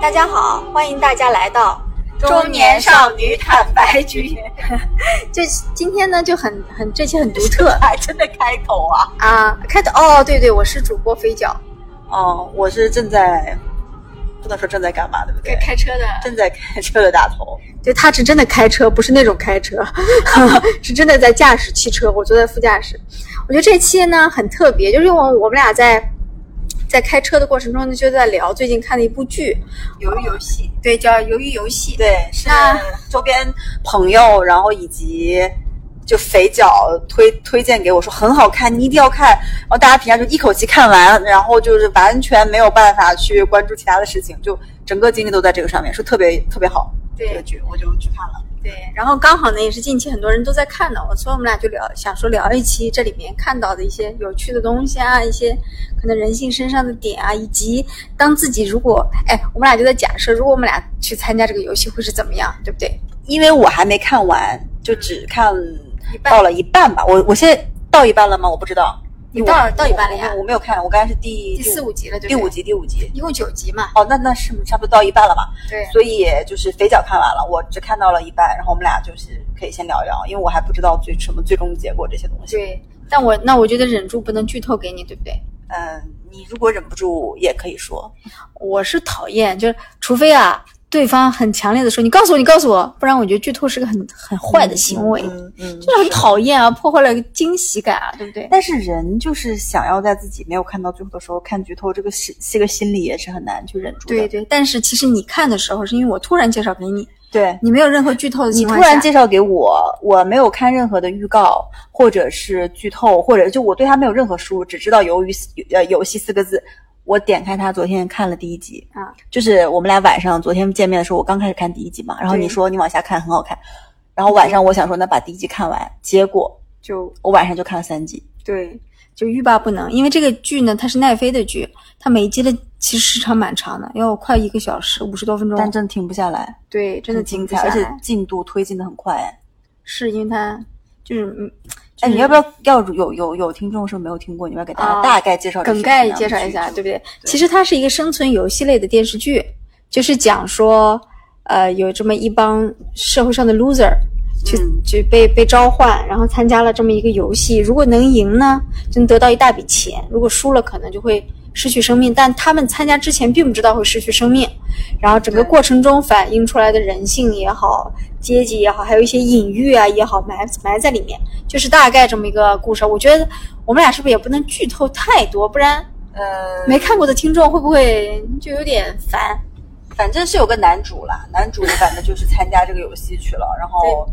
大家好，欢迎大家来到中年少女坦白局，这今天呢就很很这期很独特还真的开头啊！啊。开头哦，对对，我是主播肥脚，哦，我是正在，不能说正在干嘛，对不对？开车的，正在开车的大头，对，他是真的开车，不是那种开车， 是真的在驾驶汽车，我坐在副驾驶。我觉得这期呢很特别，就是因为我我们俩在在开车的过程中呢就在聊最近看的一部剧，鱿鱼游戏。对，叫《鱿鱼游戏》。对，是那周边朋友，然后以及就肥脚推推荐给我说很好看，你一定要看。然后大家平常就一口气看完，然后就是完全没有办法去关注其他的事情，就整个精力都在这个上面，说特别特别好。对这个剧我就去看了。对，然后刚好呢也是近期很多人都在看的，我所以我们俩就聊，想说聊一期这里面看到的一些有趣的东西啊，一些可能人性身上的点啊，以及当自己如果哎，我们俩就在假设，如果我们俩去参加这个游戏会是怎么样，对不对？因为我还没看完，就只看一半到了一半吧。我我现在到一半了吗？我不知道。你我到到一半了呀我我没有看，我刚才是第第四五集了，对不对？第五，集第五集。一共九集嘛。哦，那那是差不多到一半了吧？对所以就是肥脚看完了，我只看到了一半，然后我们俩就是可以先聊一聊，因为我还不知道最什么最终结果这些东西。对，但我那我觉得忍住不能剧透给你，对不对？嗯，你如果忍不住也可以说，我是讨厌，就是除非啊。对方很强烈的说：“你告诉我，你告诉我，不然我觉得剧透是个很很坏的行为。嗯嗯，就是很讨厌啊，破坏了惊喜感啊，对不对？但是人就是想要在自己没有看到最后的时候看剧透，这个心这个心理也是很难去忍住的。对对，但是其实你看的时候，是因为我突然介绍给你，对，你没有任何剧透的你情突况然下介绍给我，我没有看任何的预告，或者是剧透，或者就我对他没有任何书，只知道由于呃游戏四个字。我点开他昨天看了第一集，啊，就是我们俩晚上昨天见面的时候，我刚开始看第一集嘛，然后对你说你往下看很好看，然后晚上我想说那把第一集看完，结果就我晚上就看了三集，对，就欲罢不能。因为这个剧呢，它是奈飞的剧，它每一集的其实时长蛮长的，要快一个小时五十多分钟。但真的停不下来，对，哦真的很停精不下彩，而且来，进度推进的很快。哎是因为它就是嗯，就哎，是你要不要要有有有听众是没有听过，你要不要给大家啊大概介绍这梗是概什么样介的绍剧一下，情对不对？其实它是一个生存游戏类的电视剧，就是讲说，呃，有这么一帮社会上的 loser，去、嗯去被被召唤，然后参加了这么一个游戏。如果能赢呢，就能得到一大笔钱；如果输了，可能就会失去生命。但他们参加之前并不知道会失去生命，然后整个对过程中反映出来的人性也好，阶级也好，还有一些隐喻啊也好，埋埋在里面，就是大概这么一个故事。我觉得我们俩是不是也不能剧透太多，不然呃，没看过的听众会不会就有点烦？反正是有个男主啦，男主反正就是参加这个游戏去了，然后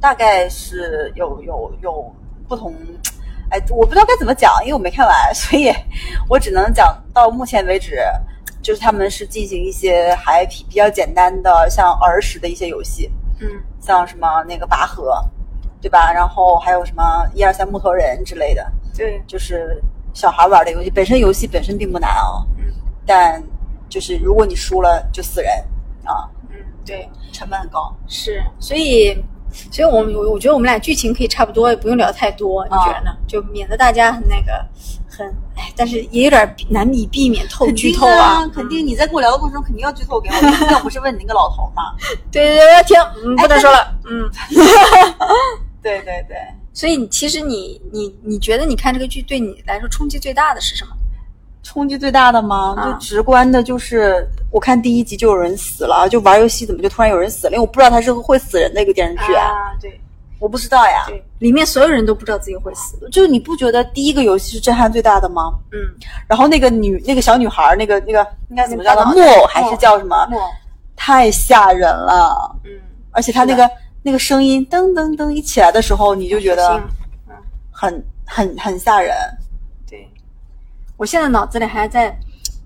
大概是有有有不同，哎，我不知道该怎么讲，因为我没看完，所以我只能讲到目前为止，就是他们是进行一些还比比较简单的，像儿时的一些游戏，嗯，像什么那个拔河，对吧？然后还有什么一二三木头人之类的，对，就是小孩玩的游戏，本身游戏本身并不难啊、嗯但就是如果你输了就死人啊，嗯，对，成本很高。是，所以，所以我们我我觉得我们俩剧情可以差不多，也不用聊太多，你觉得呢？就免得大家很那个，很，哎，但是也有点难以避免透剧透啊，肯定你在跟我聊的过程中肯定要剧透给我，要不是问你那个老头嘛。对对对，停，嗯，不能说了，嗯。 对对对，所以你其实你你你觉得你看这个剧对你来说冲击最大的是什么？冲击最大的吗？啊就直观的，就是我看第一集就有人死了，就玩游戏怎么就突然有人死了？因为我不知道它是个会死人的一个电视剧，啊，对我不知道呀。对，里面所有人都不知道自己会死，就你不觉得第一个游戏是震撼最大的吗？嗯，然后那个女那个小女孩儿，那个那个应该怎么叫那呢？个大脑木袋偶还是叫什么？木偶太吓人了！嗯，而且她那个那个声音噔噔噔一起来的时候，你就觉得很很很吓人。对，我现在脑子里还在，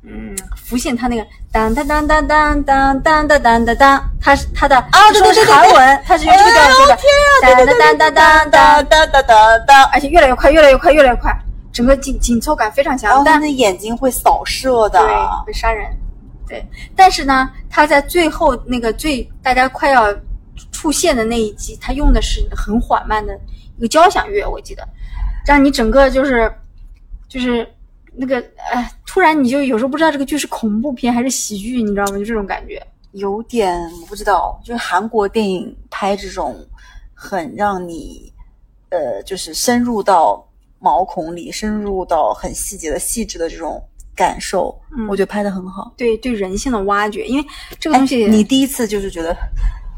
嗯，浮现他那个当当当当当当当当当当当，他是他的啊对对对对韩文，他是用这个调说的，当当当当当哒当，哒哒哒哒，而且越来越快，越来越快，越来越快，整个紧紧凑感非常然强，后她但的眼睛会扫射的。对会杀人，对，但是呢，他在最后那个最大家快要出现的那一集，他用的是很缓慢的一个交响乐，我记得，让你整个就是就是那个哎，突然你就有时候不知道这个剧是恐怖片还是喜剧，你知道吗？就这种感觉。有点我不知道，就是韩国电影拍这种很让你呃，就是深入到毛孔里，深入到很细节的、细致的这种感受，嗯我觉得拍的很好。对对人性的挖掘，因为这个哎东西，你第一次就是觉得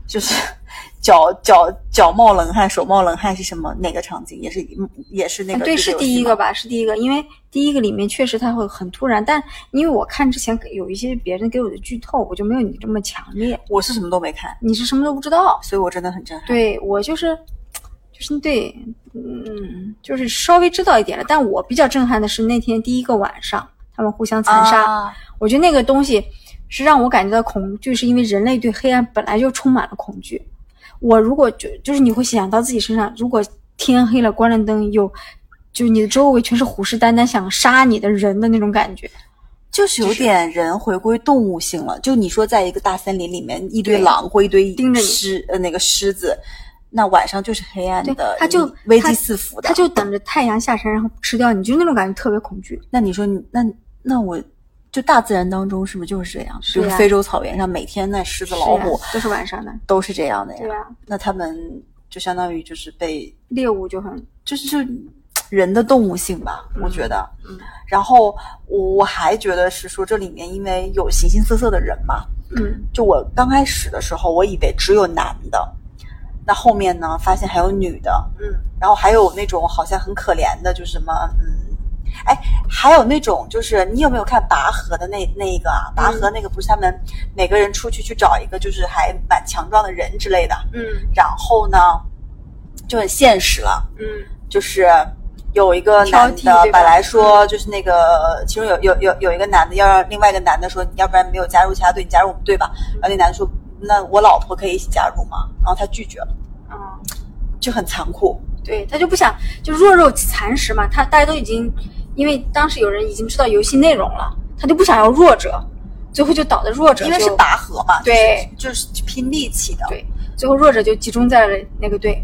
就是 脚脚脚冒冷汗、手冒冷汗是什么？哪个场景？也是也是那啊个、对是第一个吧？吧，是第一个，因为第一个里面确实它会很突然，但因为我看之前有一些别人给我的剧透，我就没有你这么强烈。我是什么都没看，你是什么都不知道，所以我真的很震撼。对我就是就是对，嗯，就是稍微知道一点了。但我比较震撼的是那天第一个晚上，他们互相残杀，啊我觉得那个东西是让我感觉到恐惧，是因为人类对黑暗本来就充满了恐惧。我如果就就是你会想到自己身上，如果天黑了关了灯，有就你的周围全是虎视眈眈想杀你的人的那种感觉。就是有点人回归动物性了。就你说，在一个大森林里面，一堆对狼或一堆盯着你狮呃那个狮子，那晚上就是黑暗的对，它就危它机四伏的。他就等着太阳下山，然后吃掉你，就那种感觉特别恐惧。那你说你那那我就大自然当中是不是就是这样？是比如呀非洲草原上每天那狮子、是老呀虎啊都是晚上的，都是这样的对呀。呀、那他们就相当于就是被猎物就很就是就人的动物性吧，我觉得。嗯然后我我还觉得是说这里面因为有形形色色的人嘛，嗯就我刚开始的时候，我以为只有男的，那后面呢，发现还有女的，嗯然后还有那种好像很可怜的，就是什么，嗯，哎，还有那种就是你有没有看拔河的那那个啊？拔嗯河那个不是他们每个人出去去找一个就是还蛮强壮的人之类的，嗯然后呢就很现实了，嗯就是有一个挑剔男的对吧本来说就是那个，其中有有有有一个男的要让另外一个男的说，你要不然没有加入其他队，你加入我们队吧。然后那男的说，那我老婆可以一起加入吗？然后他拒绝了，啊，就很残酷。对他就不想就弱肉残食嘛，他大家都已经因为当时有人已经知道游戏内容了，他就不想要弱者，最后就倒的弱者就，因为是拔河嘛，对就是，就是拼力气的，对，最后弱者就集中在了那个队，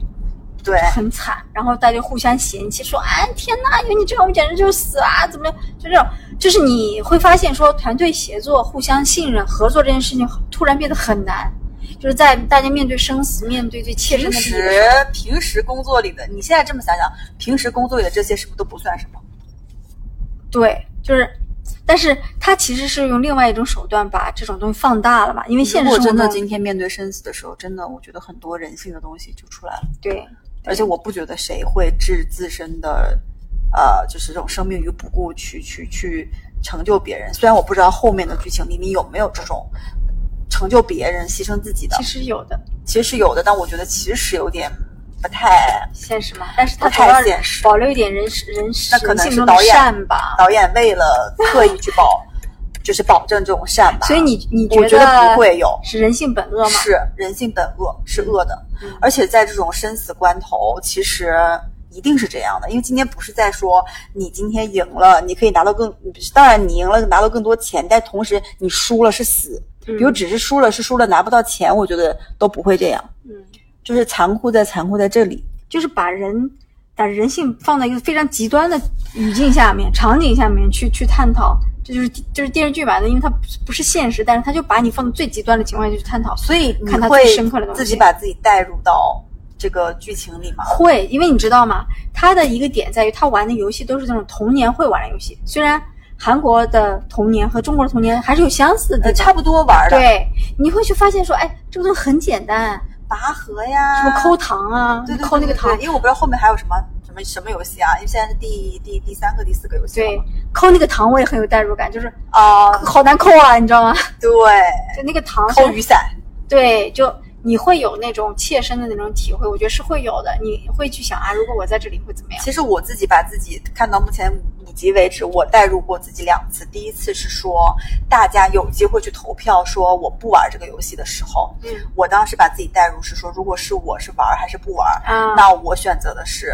对很惨，然后大家就互相嫌弃说，哎天呐，有你这样我简直就是死啊，怎么就这种，就是你会发现说团队协作、互相信任、合作这件事情突然变得很难。就是在大家面对生死、面对最切身平的利益的时候时平时工作里的，你现在这么想想，平时工作里的这些是不是都不算什么？对，就是，但是他其实是用另外一种手段把这种东西放大了嘛，因为现如实生活果嗯真的中今天面对生死的时候，真的我觉得很多人性的东西就出来了。对而且我不觉得谁会置自身的，呃，就是这种生命于不顾去去去成就别人。虽然我不知道后面的剧情里你有没有这种成就别人、牺牲自己的其，实有的其实是有的，但我觉得其实是有点不太现实嘛，但是他不太总要现实保留一点人人那可人能性是中的导演善吧。导演为了刻意去保， 就是保证这种善吧。所以你你我觉得得不会有，是人性本恶嘛？是人性本恶，是恶的。嗯而且在这种生死关头，其实一定是这样的，因为今天不是在说你今天赢了，你可以拿到更，当然你赢了拿到更多钱，但同时你输了是死，嗯比如只是输了是输了拿不到钱，我觉得都不会这样，嗯，就是残酷在残酷在这里。就是把人把人性放在一个非常极端的语境下面、场景下面去去探讨，这就是就是电视剧版的，因为它不是不是现实，但是它就把你放到最极端的情况下去探讨。所以你看他会最深刻的东西自己把自己带入到这个剧情里吗？会，因为你知道吗？他的一个点在于，他玩的游戏都是那种童年会玩的游戏。虽然韩国的童年和中国的童年还是有相似的啊呃，地方，差不多玩的，对，你会去发现说，哎，这个东西很简单，拔河呀，什么抠糖啊，对对对抠那个对糖对，因为我不知道后面还有什么什么什么游戏啊，因为现在是第第第三个、第四个游戏了对嘛。，抠那个糖我也很有代入感，就是啊、好难抠啊，你知道 吗？对，就那个糖虽抠然雨伞，对，就你会有那种切身的那种体会，我觉得是会有的。你会去想啊，如果我在这里会怎么样？其实我自己把自己看到目前五集为止，我代入过自己两次。第一次是说大家有机会去投票，说我不玩这个游戏的时候，嗯我当时把自己代入是说，如果是我是玩还是不玩，啊那我选择的是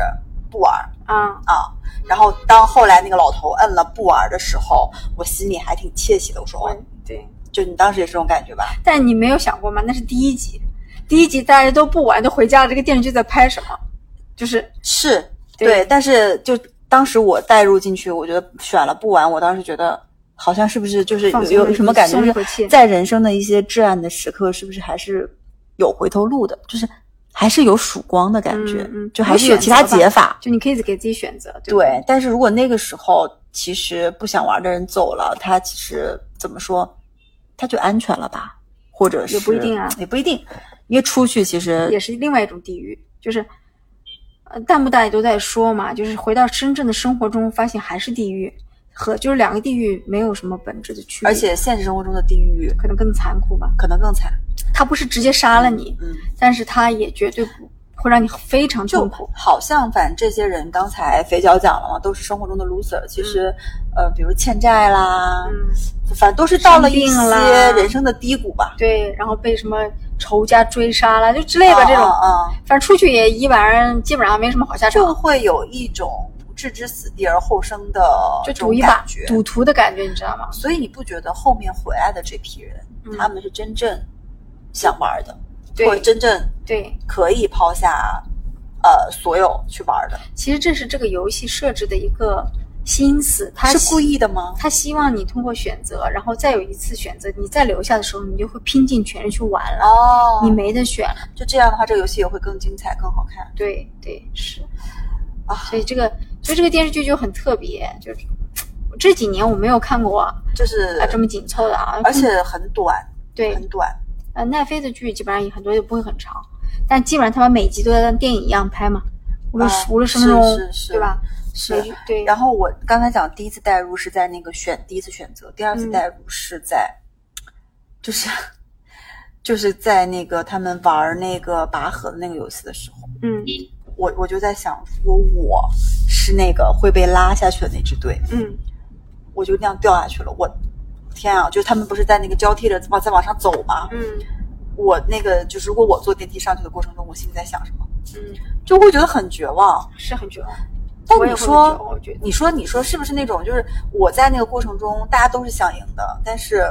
不玩啊，啊。然后当后来那个老头摁了不玩的时候，我心里还挺窃喜的，我说我哦，对。就你当时也是这种感觉吧？但你没有想过吗？那是第一集，第一集大家都不玩，都回家了。这个电视剧在拍什么？就是是对但是就当时我带入进去，我觉得选了不玩，我当时觉得好像是不是就是有有什么感觉，松一就口气是在人生的一些至暗的时刻，是不是还是有回头路的，就是还是有曙光的感觉，嗯嗯就还是有其他解法。就你可以给自己选择，对吧对，但是如果那个时候其实不想玩的人走了，他其实怎么说，他就安全了吧？或者是也不一定啊也不一定，因为出去其实也是另外一种地狱，就是，呃，弹幕大家都在说嘛，就是回到真正的生活中，发现还是地狱，和就是两个地狱没有什么本质的区别，而且现实生活中的地狱可能更残酷吧。可能更惨。他不是直接杀了你，嗯，但是他也绝对不会让你非常就痛苦。好像反正这些人刚才肥脚讲了嘛，都是生活中的 loser。其实，呃，比如欠债啦，嗯，反正都是到了一生病啦些人生的低谷吧。对，然后被什么仇家追杀了，就之类对的这种，啊，嗯反正出去也一晚上基本上没什么好下场就。会有一种置之死地而后生的就这种赌一把感觉，。赌徒的感觉，你知道吗？所以你不觉得后面回来的这批人，嗯他们是真正想玩的，对或者真正对，可以抛下呃所有去玩的，其实这是这个游戏设置的一个心思，他是故意的吗？他希望你通过选择，然后再有一次选择，你再留下的时候，你就会拼尽全力去玩了，哦，你没得选了。就这样的话，这个游戏也会更精彩、更好看。对对是啊所以这个所以这个电视剧就很特别，就是我这几年我没有看过啊就是，这么紧凑的啊，而且很短，对很短。呃奈飞的剧基本上也很多也不会很长，但基本上他把每集都在当电影一样拍嘛，无论、啊无论什么时候是是是对吧？是每集对，然后后我刚才讲第一次代入是在那个选第一次选择，第二次嗯代入是在，就是 就是在那个他们玩那个拔河的那个游戏的时候，嗯我我就在想，如果我是那个会被拉下去的那支队，嗯我就那样掉下去了。我天啊！就是他们不是在那个交替着往再往上走吗？嗯我那个就是如果我坐电梯上去的过程中，我心里在想什么，嗯，就会觉得很绝望。是很绝望。但我也你会很说绝望我觉得。你说，你说是不是那种就是我在那个过程中，大家都是想赢的，但是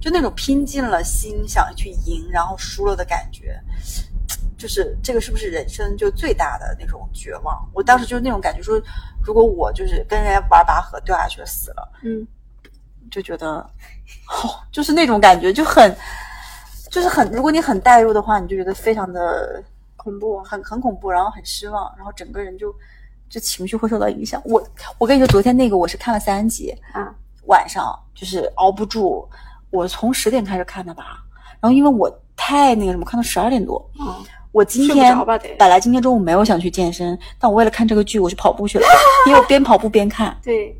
就那种拼尽了心想去赢，然后输了的感觉，就是这个是不是人生就最大的那种绝望？我当时就是那种感觉说，如果我就是跟人家玩拔河掉下去死了，嗯，就觉得， 哦，就是那种感觉就很。就是很，如果你很代入的话，你就觉得非常的恐怖。啊很很恐怖，然后很失望，然后整个人就就情绪会受到影响。我我跟你说，昨天那个我是看了三集，啊，晚上就是熬不住，我从十点开始看的吧，然后因为我太那个什么，看到十二点多。嗯，我今睡不天着吧得本来今天中午没有想去健身，但我为了看这个剧，我去跑步去了，因为我边跑步边看，对，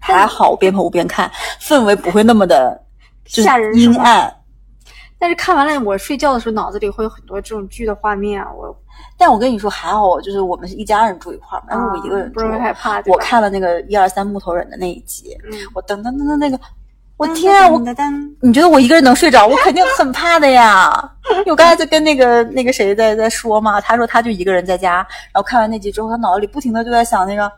还好我边跑步边看，氛围不会那么的， 就是吓人是阴吗暗。但是看完了，我睡觉的时候脑子里会有很多这种剧的画面啊，我但我跟你说，还好，就是我们是一家人住一块儿嘛，然后啊我一个人不住，容易害怕。对我吧，看了那个一二三木头人的那一集，嗯，我噔噔噔噔那个，我天啊，我噔噔你觉得我一个人能睡着？我肯定很怕的呀。因为我刚才在跟那个那个谁在在说嘛，他说他就一个人在家，然后看完那集之后，他脑子里不停的就在想那个，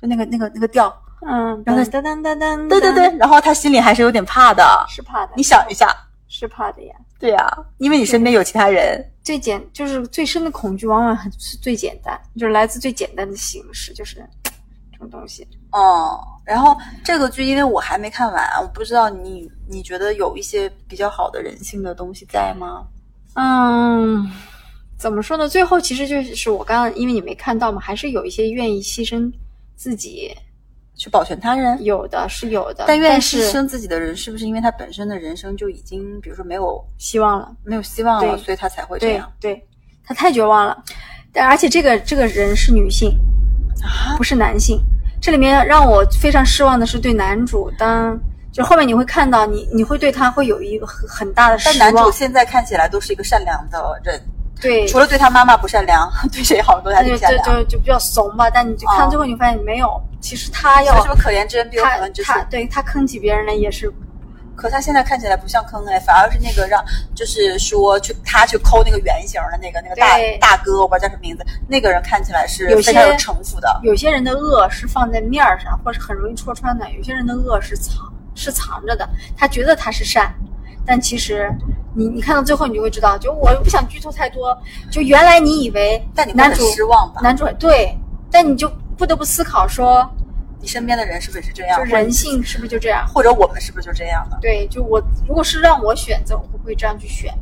就那个那个那个调，嗯，然后噔噔噔噔，对对对，，然后他心里还是有点怕的。是怕的，你想一下，是怕的呀。对呀、因为你身边有其他人，最简就是最深的恐惧，往往很是最简单，就是来自最简单的形式，就是这种东西。嗯。然后这个剧，因为我还没看完，我不知道你你觉得有一些比较好的人性的东西在吗？嗯，怎么说呢？最后其实就是我刚刚，因为你没看到嘛，还是有一些愿意牺牲自己，去保全他人，有的是有的，但愿意牺是牲自己的人，是不是因为他本身的人生就已经，比如说没有希望了。没有希望了，对所以他才会这对样对，他太绝望了，但而且这个这个人是女性，啊？不是男性。这里面让我非常失望的是对男主，当就后面你会看到你你会对他会有一个很很大的失但望。男主现在看起来都是一个善良的人，对，除了对他妈妈不善良， 对谁好像都还他挺就善就良。就就比较怂吧，但你就看到最后你发现没有，其实他要所以什么可怜之啊人必有可他恨之处？他对他坑起别人呢也是呃可他现在看起来不像坑哎，反而是那个让，就是说去他去抠那个圆形的那个那个大对大哥，我不知道叫什么名字，那个人看起来是有些非常有城府的。有些人的恶是放在面儿上，或是很容易戳穿的；有些人的恶是藏是藏着的，他觉得他是善，但其实你你看到最后，你就会知道，就我不想剧透太多，就原来你以为但你会男很主失望吧？男主对，但你就不得不思考说，你身边的人是不是也是这样？就人性是不是就这样？或者我们是不是就这样的？对，就我如果是让我选择，我会不会这样去选？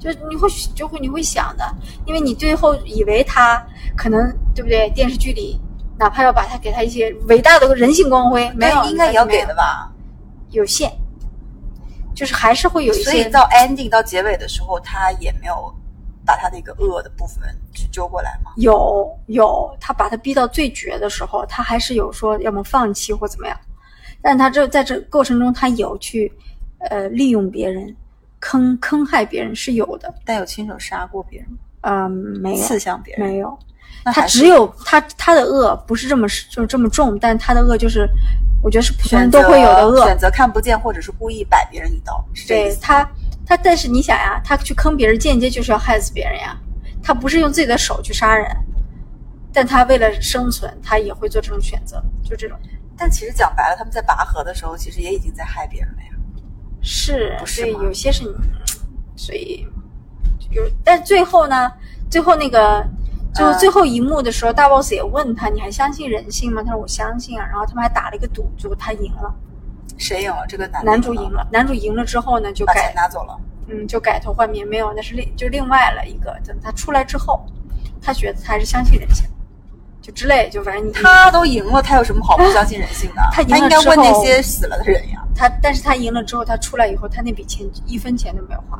就你会就会你会想的，因为你最后以为他可能对不对？电视剧里哪怕要把他给他一些伟大的人性光辉，没有应该也要给没的有吧？有限，就是还是会有一所以些到 ending 到结尾的时候，他也没有把他那个恶的部分去揪过来嘛。有有，他把他逼到最绝的时候，他还是有说要么放弃或怎么样，但他这在这过程中，他有去呃利用别人，坑坑害别人是有的，但有亲手杀过别人吗，嗯、没有刺向别人，没有，那他还是只有他他的恶不是这么就这么重，但他的恶就是我觉得是普通人选都择会有的恶，选择看不见或者是故意摆别人一刀，是这个意对思吗他，他但是你想呀，他去坑别人，间接就是要害死别人呀。他不是用自己的手去杀人，但他为了生存，他也会做这种选择，就这种但其实讲白了，他们在拔河的时候，其实也已经在害别人了呀。是，不是所以吗有些是你，所以有，但最后呢，最后那个。就是嗯最后一幕的时候，大 boss 也问他：“你还相信人性吗？”他说：“我相信啊。”然后他们还打了一个赌，结果他赢了，谁赢了？这个男男主了赢，了。男主赢了之后呢，就把改钱拿走了。嗯，就改头换面，没有，那是另就另外了一个。等他出来之后，他觉得他还是相信人性，就之类，就反正你他都赢了，他有什么好不相信人性的？他他赢了应该问之那后些死了的人呀，他，但是他赢了之后，他出来以后，他那笔钱一分钱都没有花。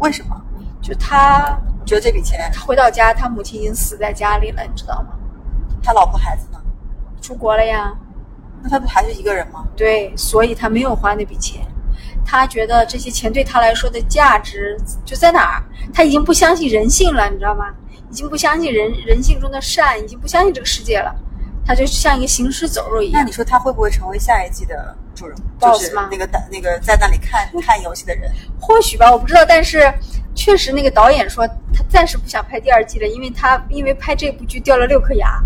为什么？就他觉得这笔钱，他回到家，他母亲已经死在家里了，你知道吗？他老婆孩子呢？出国了呀，那他不还是一个人吗？对，所以他没有花那笔钱。他觉得这些钱对他来说的价值就在哪儿？他已经不相信人性了，你知道吗？已经不相信人人性中的善，已经不相信这个世界了。他就像一个行尸走肉一样那。你说他会不会成为下一季的主人公 Boss 就是吗嗯那个在那个在那里看看游戏的人，或许吧，我不知道，但是确实那个导演说他暂时不想拍第二季了，因为他因为拍这部剧掉了六颗牙，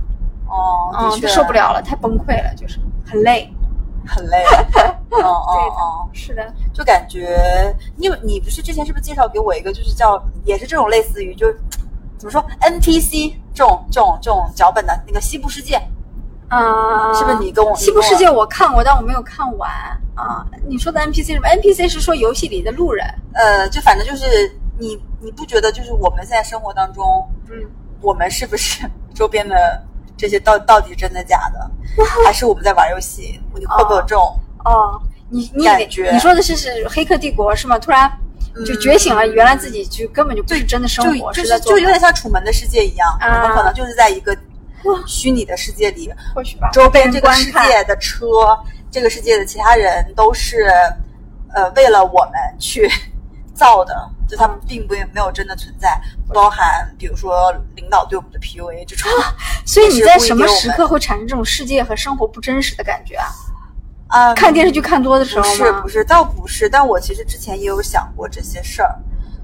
哦嗯，他受不，了了，太崩溃了，就是很累。很 累。哦哦哦，是的，就感觉你有你不是之前是不是介绍给我一个，就是叫也是这种类似于就是怎么说 NPC 这种这种这种脚本的那个《西部世界》，啊、是不是你跟我啊西部世界》我看过，但我没有看完啊、你说的 NPC 是什么？NPC 是说游戏里的路人。呃，就反正就是你你不觉得就是我们现在生活当中，嗯，我们是不是周边的这些到到底真的假的，还是我们在玩游戏？你会不会有这种？哦，你你以感为觉你说的是是《黑客帝国》是吗？突然就嗯觉醒了，原来自己就根本就不是真的生活，就是在是做就有点像《楚门的世界》一样，我啊们可能就是在一个虚拟的世界里，或许吧。周边这个观世看界的车，这个世界的其他人都是呃为了我们去造的，就他们并不没有真的存在，包含比如说领导对我们的 PUA 这种所以你在什么时刻会产生这种世界和生活不真实的感觉啊？啊，看电视剧看多的时不候是吗不？是，倒不是，但我其实之前也有想过这些事儿，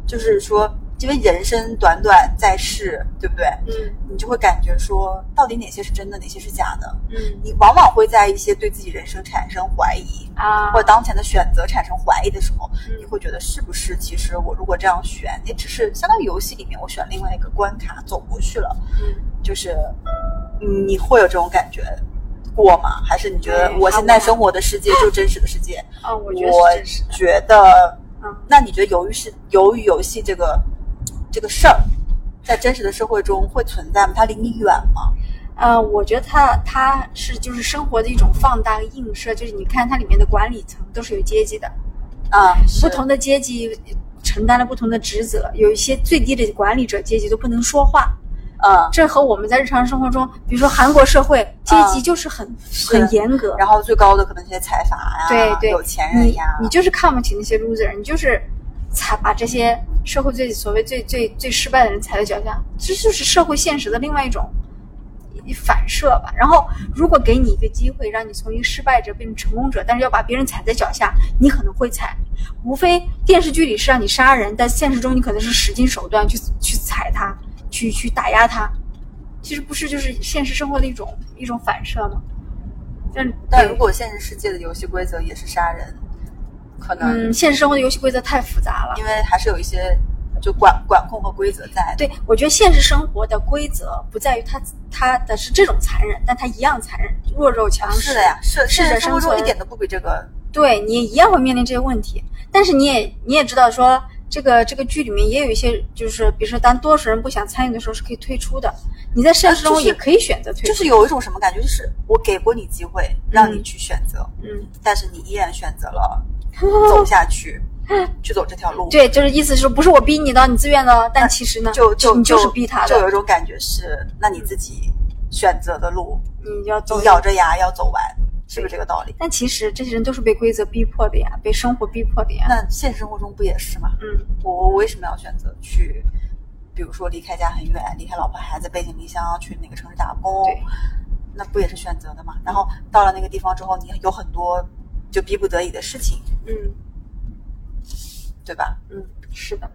就是说，因为人生短短在世，对不对？嗯你就会感觉说，到底哪些是真的，哪些是假的？嗯你往往会在一些对自己人生产生怀疑，啊或者当前的选择产生怀疑的时候，嗯你会觉得是不是其实我如果这样选，也只是相当于游戏里面我选另外一个关卡走过去了，嗯就是嗯你会有这种感觉过吗？还是你觉得哎我差现不在多生活的世界就是真实的世界？啊，我觉得我是真实的。觉得嗯，那你觉得由于是由于游戏这个这个事儿，在真实的社会中会存在吗？它离你远吗？呃，我觉得它它是就是生活的一种放大和映射，就是你看它里面的管理层都是有阶级的，啊，不同的阶级承担了不同的职责，有一些最低的管理者阶级都不能说话，嗯，这和我们在日常生活中，比如说韩国社会阶啊级就是很、很严格，然后最高的可能是些财阀呀、对对，啊有钱人呀，你你就是看不起那些 loser，你就是踩把这些社会最所谓最最最失败的人踩在脚下，这就是社会现实的另外一种反射吧。然后，如果给你一个机会，让你从一个失败者变成成功者，但是要把别人踩在脚下，你可能会踩。无非电视剧里是让你杀人，但现实中你可能是使尽手段去去踩他，去去打压他。其实不是，就是现实生活的一种一种反射吗？但但如果现实世界的游戏规则也是杀人，可能嗯嗯，现实生活的游戏规则太复杂了。因为还是有一些就管管控和规则在的。对，我觉得现实生活的规则不在于他他的是这种残忍，但他一样残忍，弱肉强食。是的呀，是适者现实生活生中存一点都不比这个对你也一样会面临这些问题，但是你也你也知道说，这个这个剧里面也有一些，就是比如说当多数人不想参与的时候是可以退出的，你在现实啊就中是也可以选择退就出。是有一种什么感觉，就是我给过你机会让你去选择，嗯，但是你依然选 择了走下去，去走这条路。对，就是意思是不是我逼你的，你自愿的哦，但其实呢，啊就就你就就是逼他就有的，一种感觉是，那你自己选择的路，你要走你。咬着牙要走完，是不是这个道理？但其实这些人都是被规则逼迫的呀，被生活逼迫的呀。那现实生活中不也是吗？嗯，我我为什么要选择去，比如说离开家很远，离开老婆孩子，背井离乡去哪个城市打工对，那不也是选择的嘛？然后到了那个地方之后，你有很多就逼不得已的事情，嗯对吧？嗯，是的。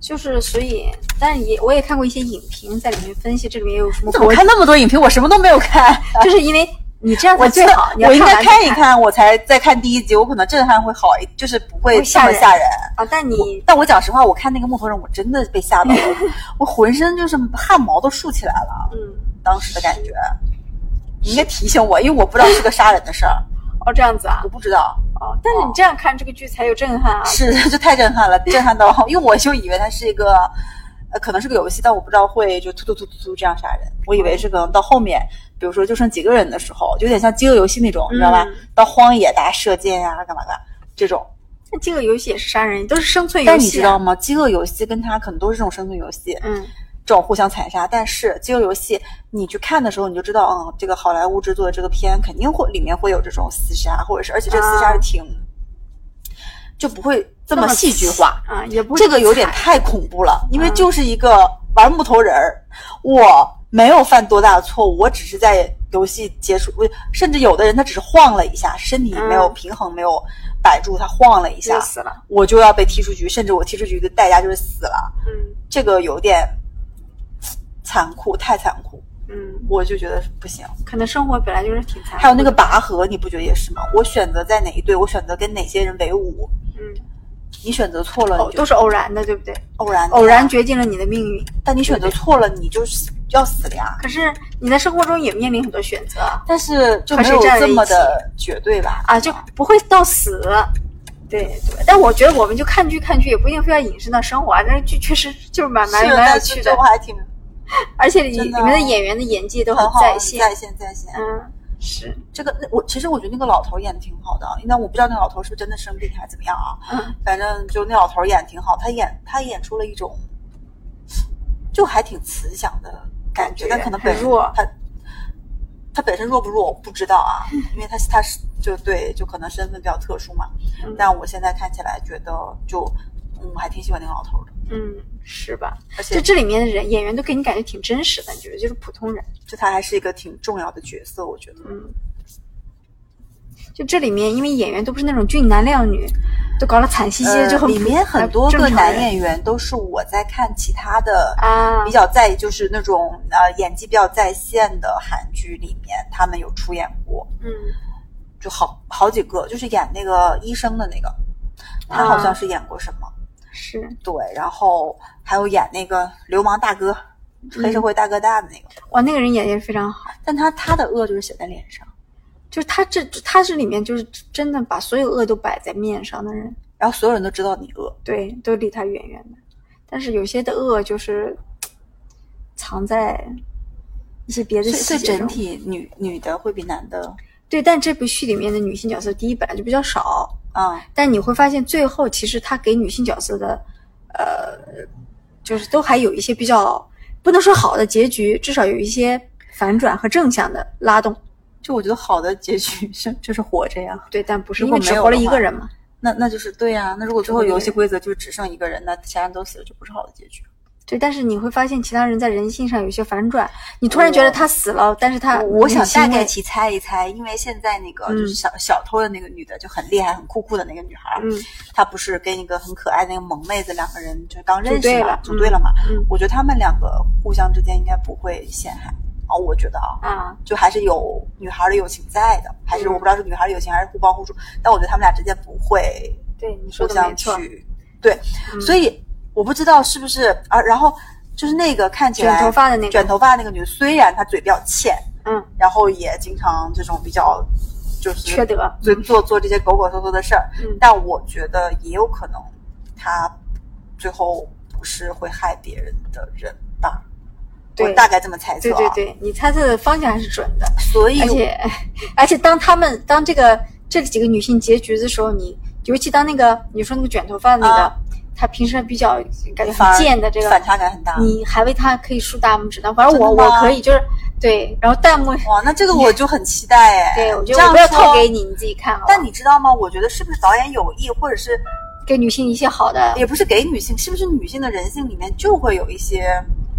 就是，所以，但是也我也看过一些影评，在里面分析这里面有什么怎么国，看那么多影评？我什么都没有看，就是因为你这样才我最这好。你要我应该完再看一看，我才再看第一集，我可能震撼会好一，就是不会会这吓么人吓人。啊，但你但我讲实话，我看那个木头人，我真的被吓 到了，我浑身就是汗毛都竖起来了，嗯，当时的感觉。你应该提醒我，因为我不知道是个杀人的事儿，哦这样子啊我，不知道。哦，但是你这样看这个剧才有震撼啊，是， 这太震撼了，震撼到， 因为我就以为它是一个，呃，可能是个游戏，但我不知道会就突突突突突这样杀人。我以为是可能到后面，比如说就剩几个人的时候，就有点像饥饿游戏那种，你知道吧嗯？到荒野大家射箭呀、干嘛干嘛这种。那这个游戏也是杀人，都是生存游戏、啊，但你知道吗？饥饿游戏跟它可能都是这种生存游戏，嗯，这种互相残杀。但是饥饿游戏，你去看的时候，你就知道，嗯，这个好莱坞制作的这个片肯定会里面会有这种厮杀，或者是而且这个厮杀啊是挺、就不会这那么么戏剧化。啊，也不是这个有点惨太恐怖了，因为嗯就是一个玩木头人儿，我没有犯多大的错误，我只是在游戏结束，我甚至有的人他只是晃了一下，身体没有嗯平衡，没有摆住，他晃了一就下，死了，我就要被踢出局，甚至我踢出局的代价就是死了，嗯这个有点残酷，太残酷，嗯，我就觉得不行。可能生活本来就是挺残酷的，还有那个拔河，你不觉得也是吗？我选择在哪一队，我选择跟哪些人为伍，嗯，你选择错了，哦你就都是哦偶然的，对不对？偶然的偶然呀决定了你的命运，但你选择错了，你就是要死了呀。可是你在生活中也面临很多选择啊但是就没有这么的绝对吧？啊，就不会到死。对对，但我觉得我们就看剧看剧，也不一定非要引申到生活啊。但是剧确实就是蛮蛮是，蛮有但是趣这的我，还挺而且里真里的面的演员的演技都很好，在线，在线在线。嗯，是，这个那我其实我觉得那个老头演的挺好的，啊那我不知道那老头是不是真的生病还是怎么样啊？嗯反正就那老头演得挺好，他演他演出了一种就还挺慈祥的感觉，感觉但可能本很弱他他本身弱不弱我不知道 啊，因为他他是就对就可能身份比较特殊嘛。嗯但我现在看起来觉得就嗯我还挺喜欢那个老头的，嗯，是吧？而且就这里面的人演员都给你感觉挺真实的，你觉得就是普通人，就他还是一个挺重要的角色，我觉得。嗯。就这里面，因为演员都不是那种俊男靓女，都搞得惨兮兮的，呃就很里面很多个正常人男演员都是我在看其他的啊比较在就是那种呃演技比较在线的韩剧里面，他们有出演过，嗯就好好几个，就是演那个医生的那个，他好像是演过什么，是对，然后还有演那个流氓大哥，黑社会大哥大的那个，哇，那个人演的也非常好，但他他的恶就是写在脸上，就是他这他这里面就是真的把所有恶都摆在面上的人，然后所有人都知道你恶，对，都离他远远的。但是有些的恶就是藏在一些别的所以所细以节中整。体女女的会比男的，对，但这部剧里面的女性角色，第一本来就比较少，嗯，但你会发现最后其实他给女性角色的，呃，就是都还有一些比较不能说好的结局，至少有一些反转和正向的拉动。就我觉得好的结局是就是活着呀。对，但不是如因果为只没有活了的一话个人嘛。那那就是对呀、那如果最后对游戏规则就只剩一个人，那其他人都死了，就不是好的结局。对，但是你会发现其他人在人性上有些反转，你突然觉得我他死了，但是他我你想欣大概慰其猜一猜，因为现在那个嗯就是小、小偷的那个女的就很厉害、很酷酷的那个女孩，嗯她不是跟一个很可爱的那个萌妹子两个人就刚认识对嘛，了组队了嘛。嗯我觉得他们两个互相之间应该不会陷害哦，我觉得啊，啊，就还是有女孩的友情在的，还是嗯我不知道是女孩的友情还是互帮互助，但我觉得他们俩之间不会对你说的互相没错，去对，所以我不知道是不是啊，然后就是那个看起来卷头发的那个卷头发那个女的，虽然她嘴比较欠，嗯，然后也经常这种比较就是缺德做做做这些狗狗偷偷的事儿，嗯但我觉得也有可能她最后不是会害别人的人吧，我对大概这么猜测、对啊，对对，你猜测的方向还是准的，所以而且而且当他们当这个这几个女性结局的时候，你尤其当那个你说那个卷头发的那个啊，她平时比较感觉反而很贱的这个，反差感很大。你还为她可以竖大拇指呢。反正我真的我吗可以就是对，然后弹幕哇，那这个我就很期待哎。对我觉得这样我不要说透给。你，你自己看好吧。但你知道吗？我觉得是不是导演有意，或者是给女性一些好的，也不是给女性，是不是女性的人性里面就会有一些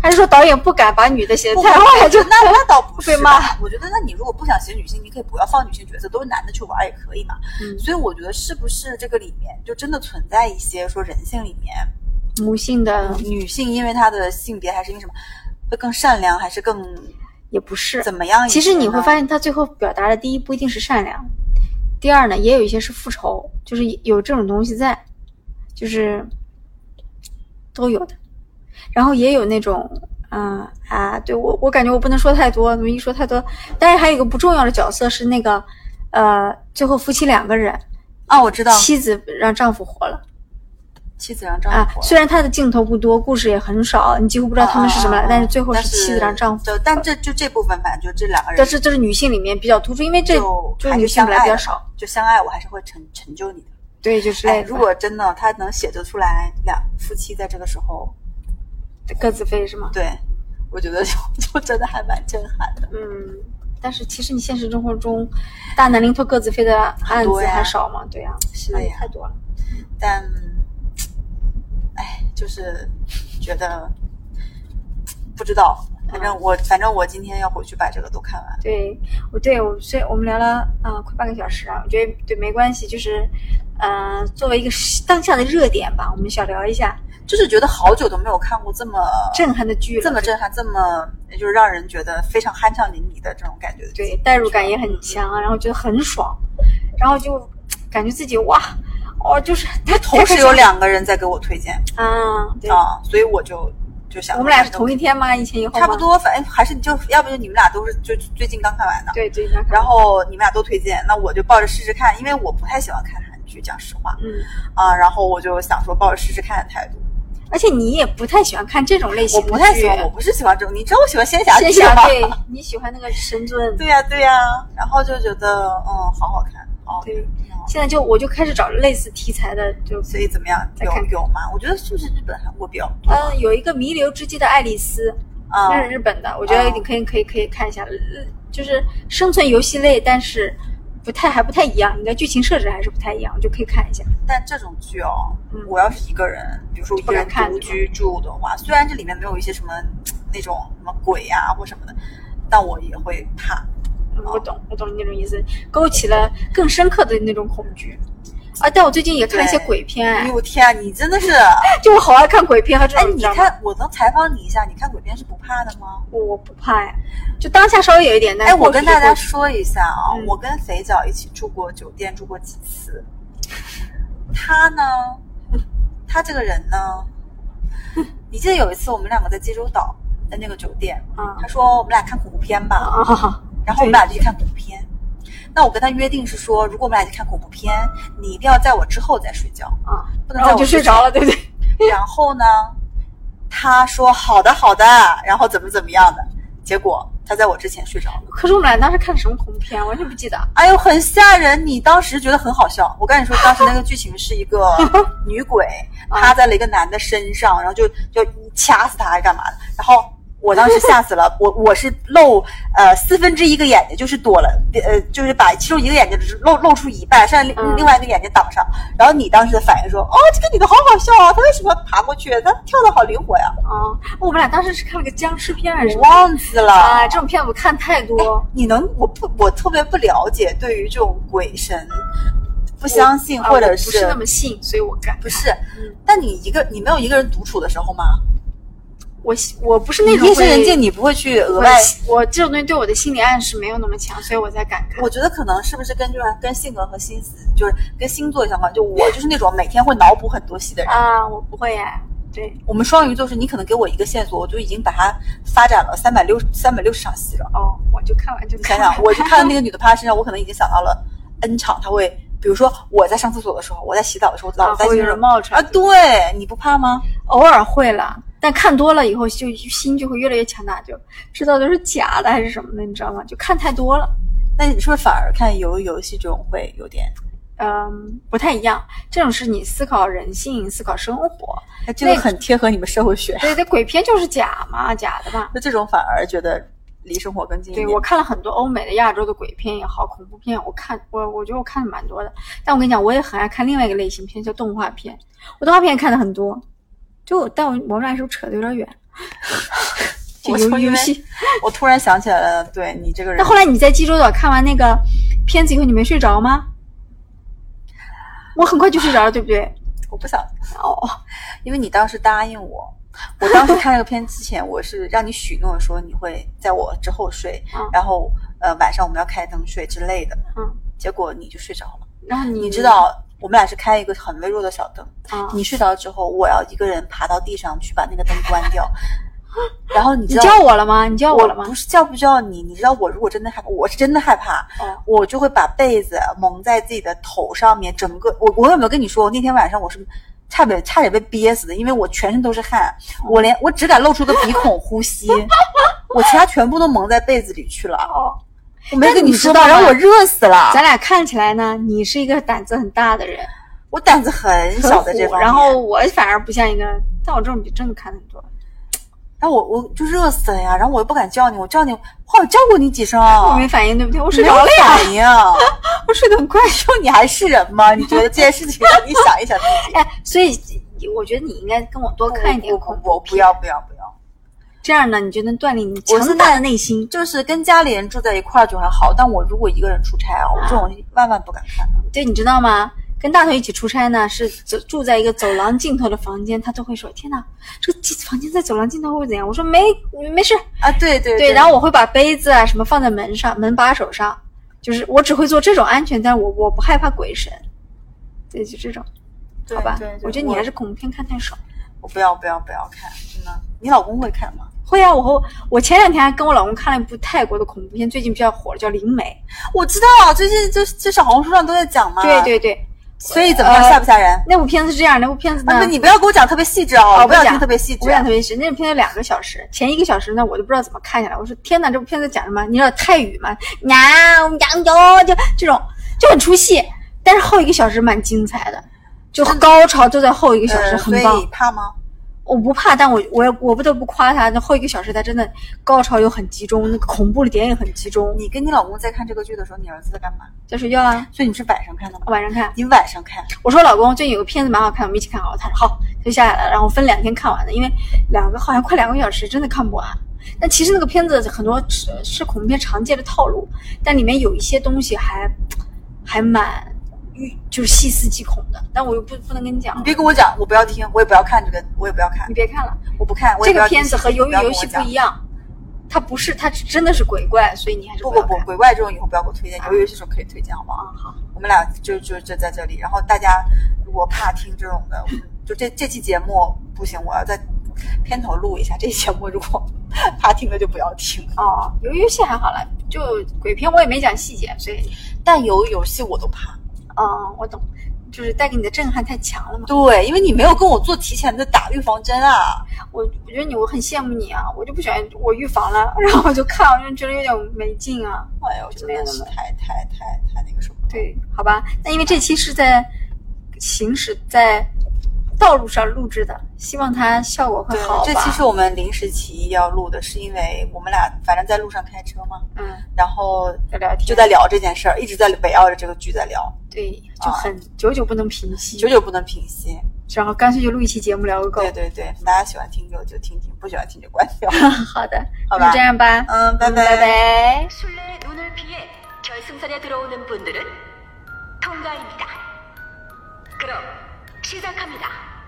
还是说导演不敢把女的写的太坏就就那那倒不是被吧骂。我觉得，那你如果不想写女性，你可以不要放女性角色，都是男的去玩也可以嘛。嗯所以我觉得是不是这个里面就真的存在一些说人性里面， 母性的女性因为她的性别还是因为什么会更善良，还是更也不是。啊怎么样一些呢？其实你会发现，他最后表达的第一不一定是善良，第二呢，也有一些是复仇，就是有这种东西在，就是都有的。然后也有那种，嗯啊，对我我感觉我不能说太多，怎么一说太多？但是还有一个不重要的角色是那个，呃，最后夫妻两个人，啊，我知道妻子让丈夫活了妻子让丈啊夫、，虽然他的镜头不多，故事也很少，你几乎不知道他们是什么了，啊啊啊但是最后但是妻子让丈夫啊就但这就这部分，反正就这两个人但是这是女性里面比较突出，因为这就就是还女是性相本来爱比较的少，，就相爱，我还是会成成就你的。对，就是哎，如果真的他能写得出来，两夫妻在这个时候，各自飞是吗？对我觉得 就就真的还蛮震撼的。嗯，但是其实你现实生活中，大难临头各自飞的案很多子呀还少吗？对呀，是哎呀太多了。但，哎，就是觉得不知道，反嗯正我反正我今天要回去把这个都看完。对，我对我虽我们聊了啊、呃快半个小时啊，我觉得对没关系，就是呃作为一个当下的热点吧，我们小聊一下就是觉得好久都没有看过这么震撼的剧了，这么震撼，这么就是让人觉得非常酣畅淋漓的这种感觉的剧。对，代入感也很嗯强，啊然后觉得很爽，然后就感觉自己哇哦， 就是他同时有两个人在给我推荐啊，对，啊，所以我就就想我们俩是同一天吗？一前一后吗差不。多，反正还是你就要不就你们俩都是就最近刚看完的，对对，那可能然后你们俩都推荐，那我就抱着试试看，因为我不太喜欢看韩剧，讲实话嗯，啊，然后我就想说抱着试试看的态度，而且你也不太喜欢看这种类型我的剧，不太喜欢，我不是喜欢这种，你知道我喜欢仙侠仙剧侠吗？对，你喜欢那个神尊。对呀对呀，然后就觉得嗯，好好看哦，对挺好现在就我就开始找类似题材的，就所以怎么样再有看有吗？我觉得是不是日本韩国比较多嗯，有一个弥留之际的爱丽丝，啊？那是日本的，我觉得嗯你可以可以可以看一下，呃就是生存游戏类，但是不太还不太一样，你的剧情设置还是不太一样，我就可以看一下。但这种剧哦嗯，我要是一个人，比如说我一个人不敢看独居住的话，虽然这里面没有一些什么那种什么鬼呀、或什么的，但我也会怕。嗯我懂，我懂你那种意思，勾起了更深刻的那种恐惧。啊，但我最近也看一些对鬼片，哎哎，呦天、你真的是，就我好爱看鬼片和这哎种，，你知道吗看，我能采访你一下，你看鬼片是不怕的吗？我我不怕呀，就当下稍微有一点，但哎，我过去跟就大家过去说一下啊、嗯我跟肥脚一起住过酒店，住过几次。他呢，嗯他这个人呢，你记得有一次我们两个在济州岛的那个酒店，啊他说我们俩看恐怖片吧，啊，然后我们俩就去看恐怖片。那我跟他约定是说，如果我们俩去看恐怖片，你一定要在我之后再睡觉，啊，不能然在后我就之睡前着了，对不对？然后呢，他说好的好的，然后怎么怎么样的，结果他在我之前睡着了。可是我们俩当时看什么恐怖片，完全不记得。哎呦，很吓人！你当时觉得很好笑。我跟你说，当时那个剧情是一个女鬼趴在了一个男的身上，然后就就掐死他还是干嘛的。然后我当时吓死了，我我是露呃四分之一个眼睛，就是躲了，呃就是把其中一个眼睛只露露出一半，剩下另嗯另外一个眼睛挡上。然后你当时的反应说：“哦，这个女的好好笑啊，她为什么爬过去？她跳的好灵活呀啊，我们俩当时是看了个僵尸片还！”是什我么？忘记了。啊，这种片我看太多，你能，我不，我特别不了解对于这种鬼神不相信，啊或我者不是那么信，所以我敢。不是嗯？但你一个你没有一个人独处的时候吗？我喜我不是你那种夜深会人静，你不会去额我外。我这种东西对我的心理暗示没有那么强，所以我才敢看。我觉得可能是不是跟就是跟性格和心思，就是跟星座相关。就我就是那种每天会脑补很多戏的人，啊，我不会哎，对，我们双鱼座是你可能给我一个线索，我就已经把它发展了三百六三百六十场戏了。哦，我就看完就你想看想，完。我就看到那个女的趴身上，我可能已经想到了 N 场，她会，比如说我在上厕所的时候，我在洗澡的时候，啊脑袋会就有是人冒出来啊，对，你不怕吗？偶尔会了，但看多了以后就心就会越来越强大，就知道都是假的还是什么的，你知道吗？就看太多了，那你是不是反而看游游戏这种会有点？嗯，不太一样。这种是你思考人性、思考生活。哎这个那个很贴合你们社会学。对对，鬼片就是假嘛，假的嘛。那这种反而觉得离生活更近一对点。我看了很多欧美的、亚洲的鬼片也好，恐怖片，我看我我觉得我看的蛮多的。但我跟你讲，我也很爱看另外一个类型片，叫动画片。我动画片也看的很多，就但我我们俩是不是扯的有点远？就我游说因游为戏。我突然想起来了，对你这个人那，后来你在济州岛看完那个片子以后，你没睡着吗？我很快就睡着了，对不对？我不想，哦，因为你当时答应我。我当时看那个片之前，我是让你许诺说你会在我之后睡，嗯然后呃晚上我们要开灯睡之类的。嗯，结果你就睡着了。然后你你知，道，我们俩是开一个很微弱的小灯。啊、你睡着之后，我要一个人爬到地上去把那个灯关 掉。然后你你知道叫我了吗？你叫我了吗不？是叫不叫你，你知道我如果真的害怕，我是真的害怕，哦我就会把被子蒙在自己的头上面，整个我我有没有跟你说，我那天晚上我是差点差点被憋死的，因为我全身都是汗，哦我连我只敢露出个鼻孔 呼吸，我其他全部都蒙在被子里去了，哦，我没跟那你说知吧，道吗然后我热死了咱，俩看起来呢，你是一个胆子很大的人，我胆子很很小的这虎方面，然后我反而不像一个，但我这种比真的看的很多。然后我我就热死了呀，然后我又不敢叫你，我叫你，我好像叫过你几声啊，哦我没反应，对不对？我没睡有着了呀，反应。我睡得很快。就你还是人 吗？你觉得这件事情，你想一想自己。哎，所以我觉得你应该跟我多看一点不不恐不怖我不要不要不要。这样呢，你就能锻炼你强我现在大的内心。就是跟家里人住在一块儿就还好，但我如果一个人出差啊，我这种万万不敢看啊的。对，你知道吗？跟大头一起出差呢，是走住在一个走廊尽头的房间，他都会说：“天哪，这个房间在走廊尽头会怎样？”我说：“没，没事。啊，对对对”然后我会把杯子啊什么放在门上、门把手上，就是我只会做这种安全，但我我不害怕鬼神。对，就这种，对好吧？对对我觉得你还是恐怖片看太少。我不要不要不要看，真的。你老公会看吗？会啊，我和我前两天还跟我老公看了一部泰国的恐怖片，最近比较火了，叫《灵媒我知道，啊最近就是这小红书上都在讲》。嘛。对。对对，所以怎么样，吓不吓人？那部片子是这样，那部片子呢，啊，不，你不要给我讲特别细致哦，我不要讲听特别细我致。讲特别是那部片有两个小时，前一个小时呢，我都不知道怎么看下来。我说天哪，这部片子讲什么？你知道泰语吗？呀呀哟，就这种就很出戏。但是后一个小时蛮精彩的，就高潮都在后一个小时，哦呃所很棒以。怕吗？我不怕，但我我也我不得不夸他，那后一个小时他真的高潮又很集中，那个恐怖的点也很集中。你跟你老公在看这个剧的时候，你儿子在干嘛？在睡觉啊，所以你是晚上看的吗？晚上看。你晚上看，我说老公，最近有个片子蛮好看，我们一起看好了。他说好，他就下来了，然后分两天看完的，因为两个好像快两个小时，真的看不完。但其实那个片子很多是是恐怖片常见的套路，但里面有一些东西还还蛮就是细思极恐的。但我又不不能跟你讲你，别跟我讲，我不要听，我也不要看这个，我也不要看你，别看了，我不看。我也这不个要听片子和《鱿鱼游戏》不一样。样，它不是它真的是鬼怪，所以你还是不要不看不，鬼怪这种以后不要给我推荐，啊鱿鱼游戏这种可以推荐，好不好？啊好，我们俩就就就在这里，然后大家如果怕听这种的，就这这期节目不行，我要在片头录一下。这期节目如果 怕听的就不要听。哦，《鱿鱼游戏》还好了，就鬼片我也没讲细节，所以但鱿鱼游戏我都怕，嗯我懂，就是带给你的震撼太强了嘛。对，因为你没有跟我做提前的打预防针啊。我我觉得你，我很羡慕你啊，我就不喜欢我预防了，然后我就看，我就觉得有点没劲啊。哎呦，真的是太太太太那个什么了。对，好吧，那因为这期是在行驶在道路上录制的，希望它效果会对好吧。，这期是我们临时起意要录的，是因为我们俩反正在路上开车嘛，嗯，然后在聊天就在聊这件事儿，一直在围绕着这个剧在聊，对，啊就很、久久不能平息，久久不能平息。然后干脆就录一期节目聊个够。对对对，大家喜欢听就就听听，不喜欢听就关掉。 好的，好吧那就这样吧，嗯，嗯拜拜。 네, 술래의 눈을 피해 결승선에 들어오는 분들은 통과입니다. 그럼 시작합니다.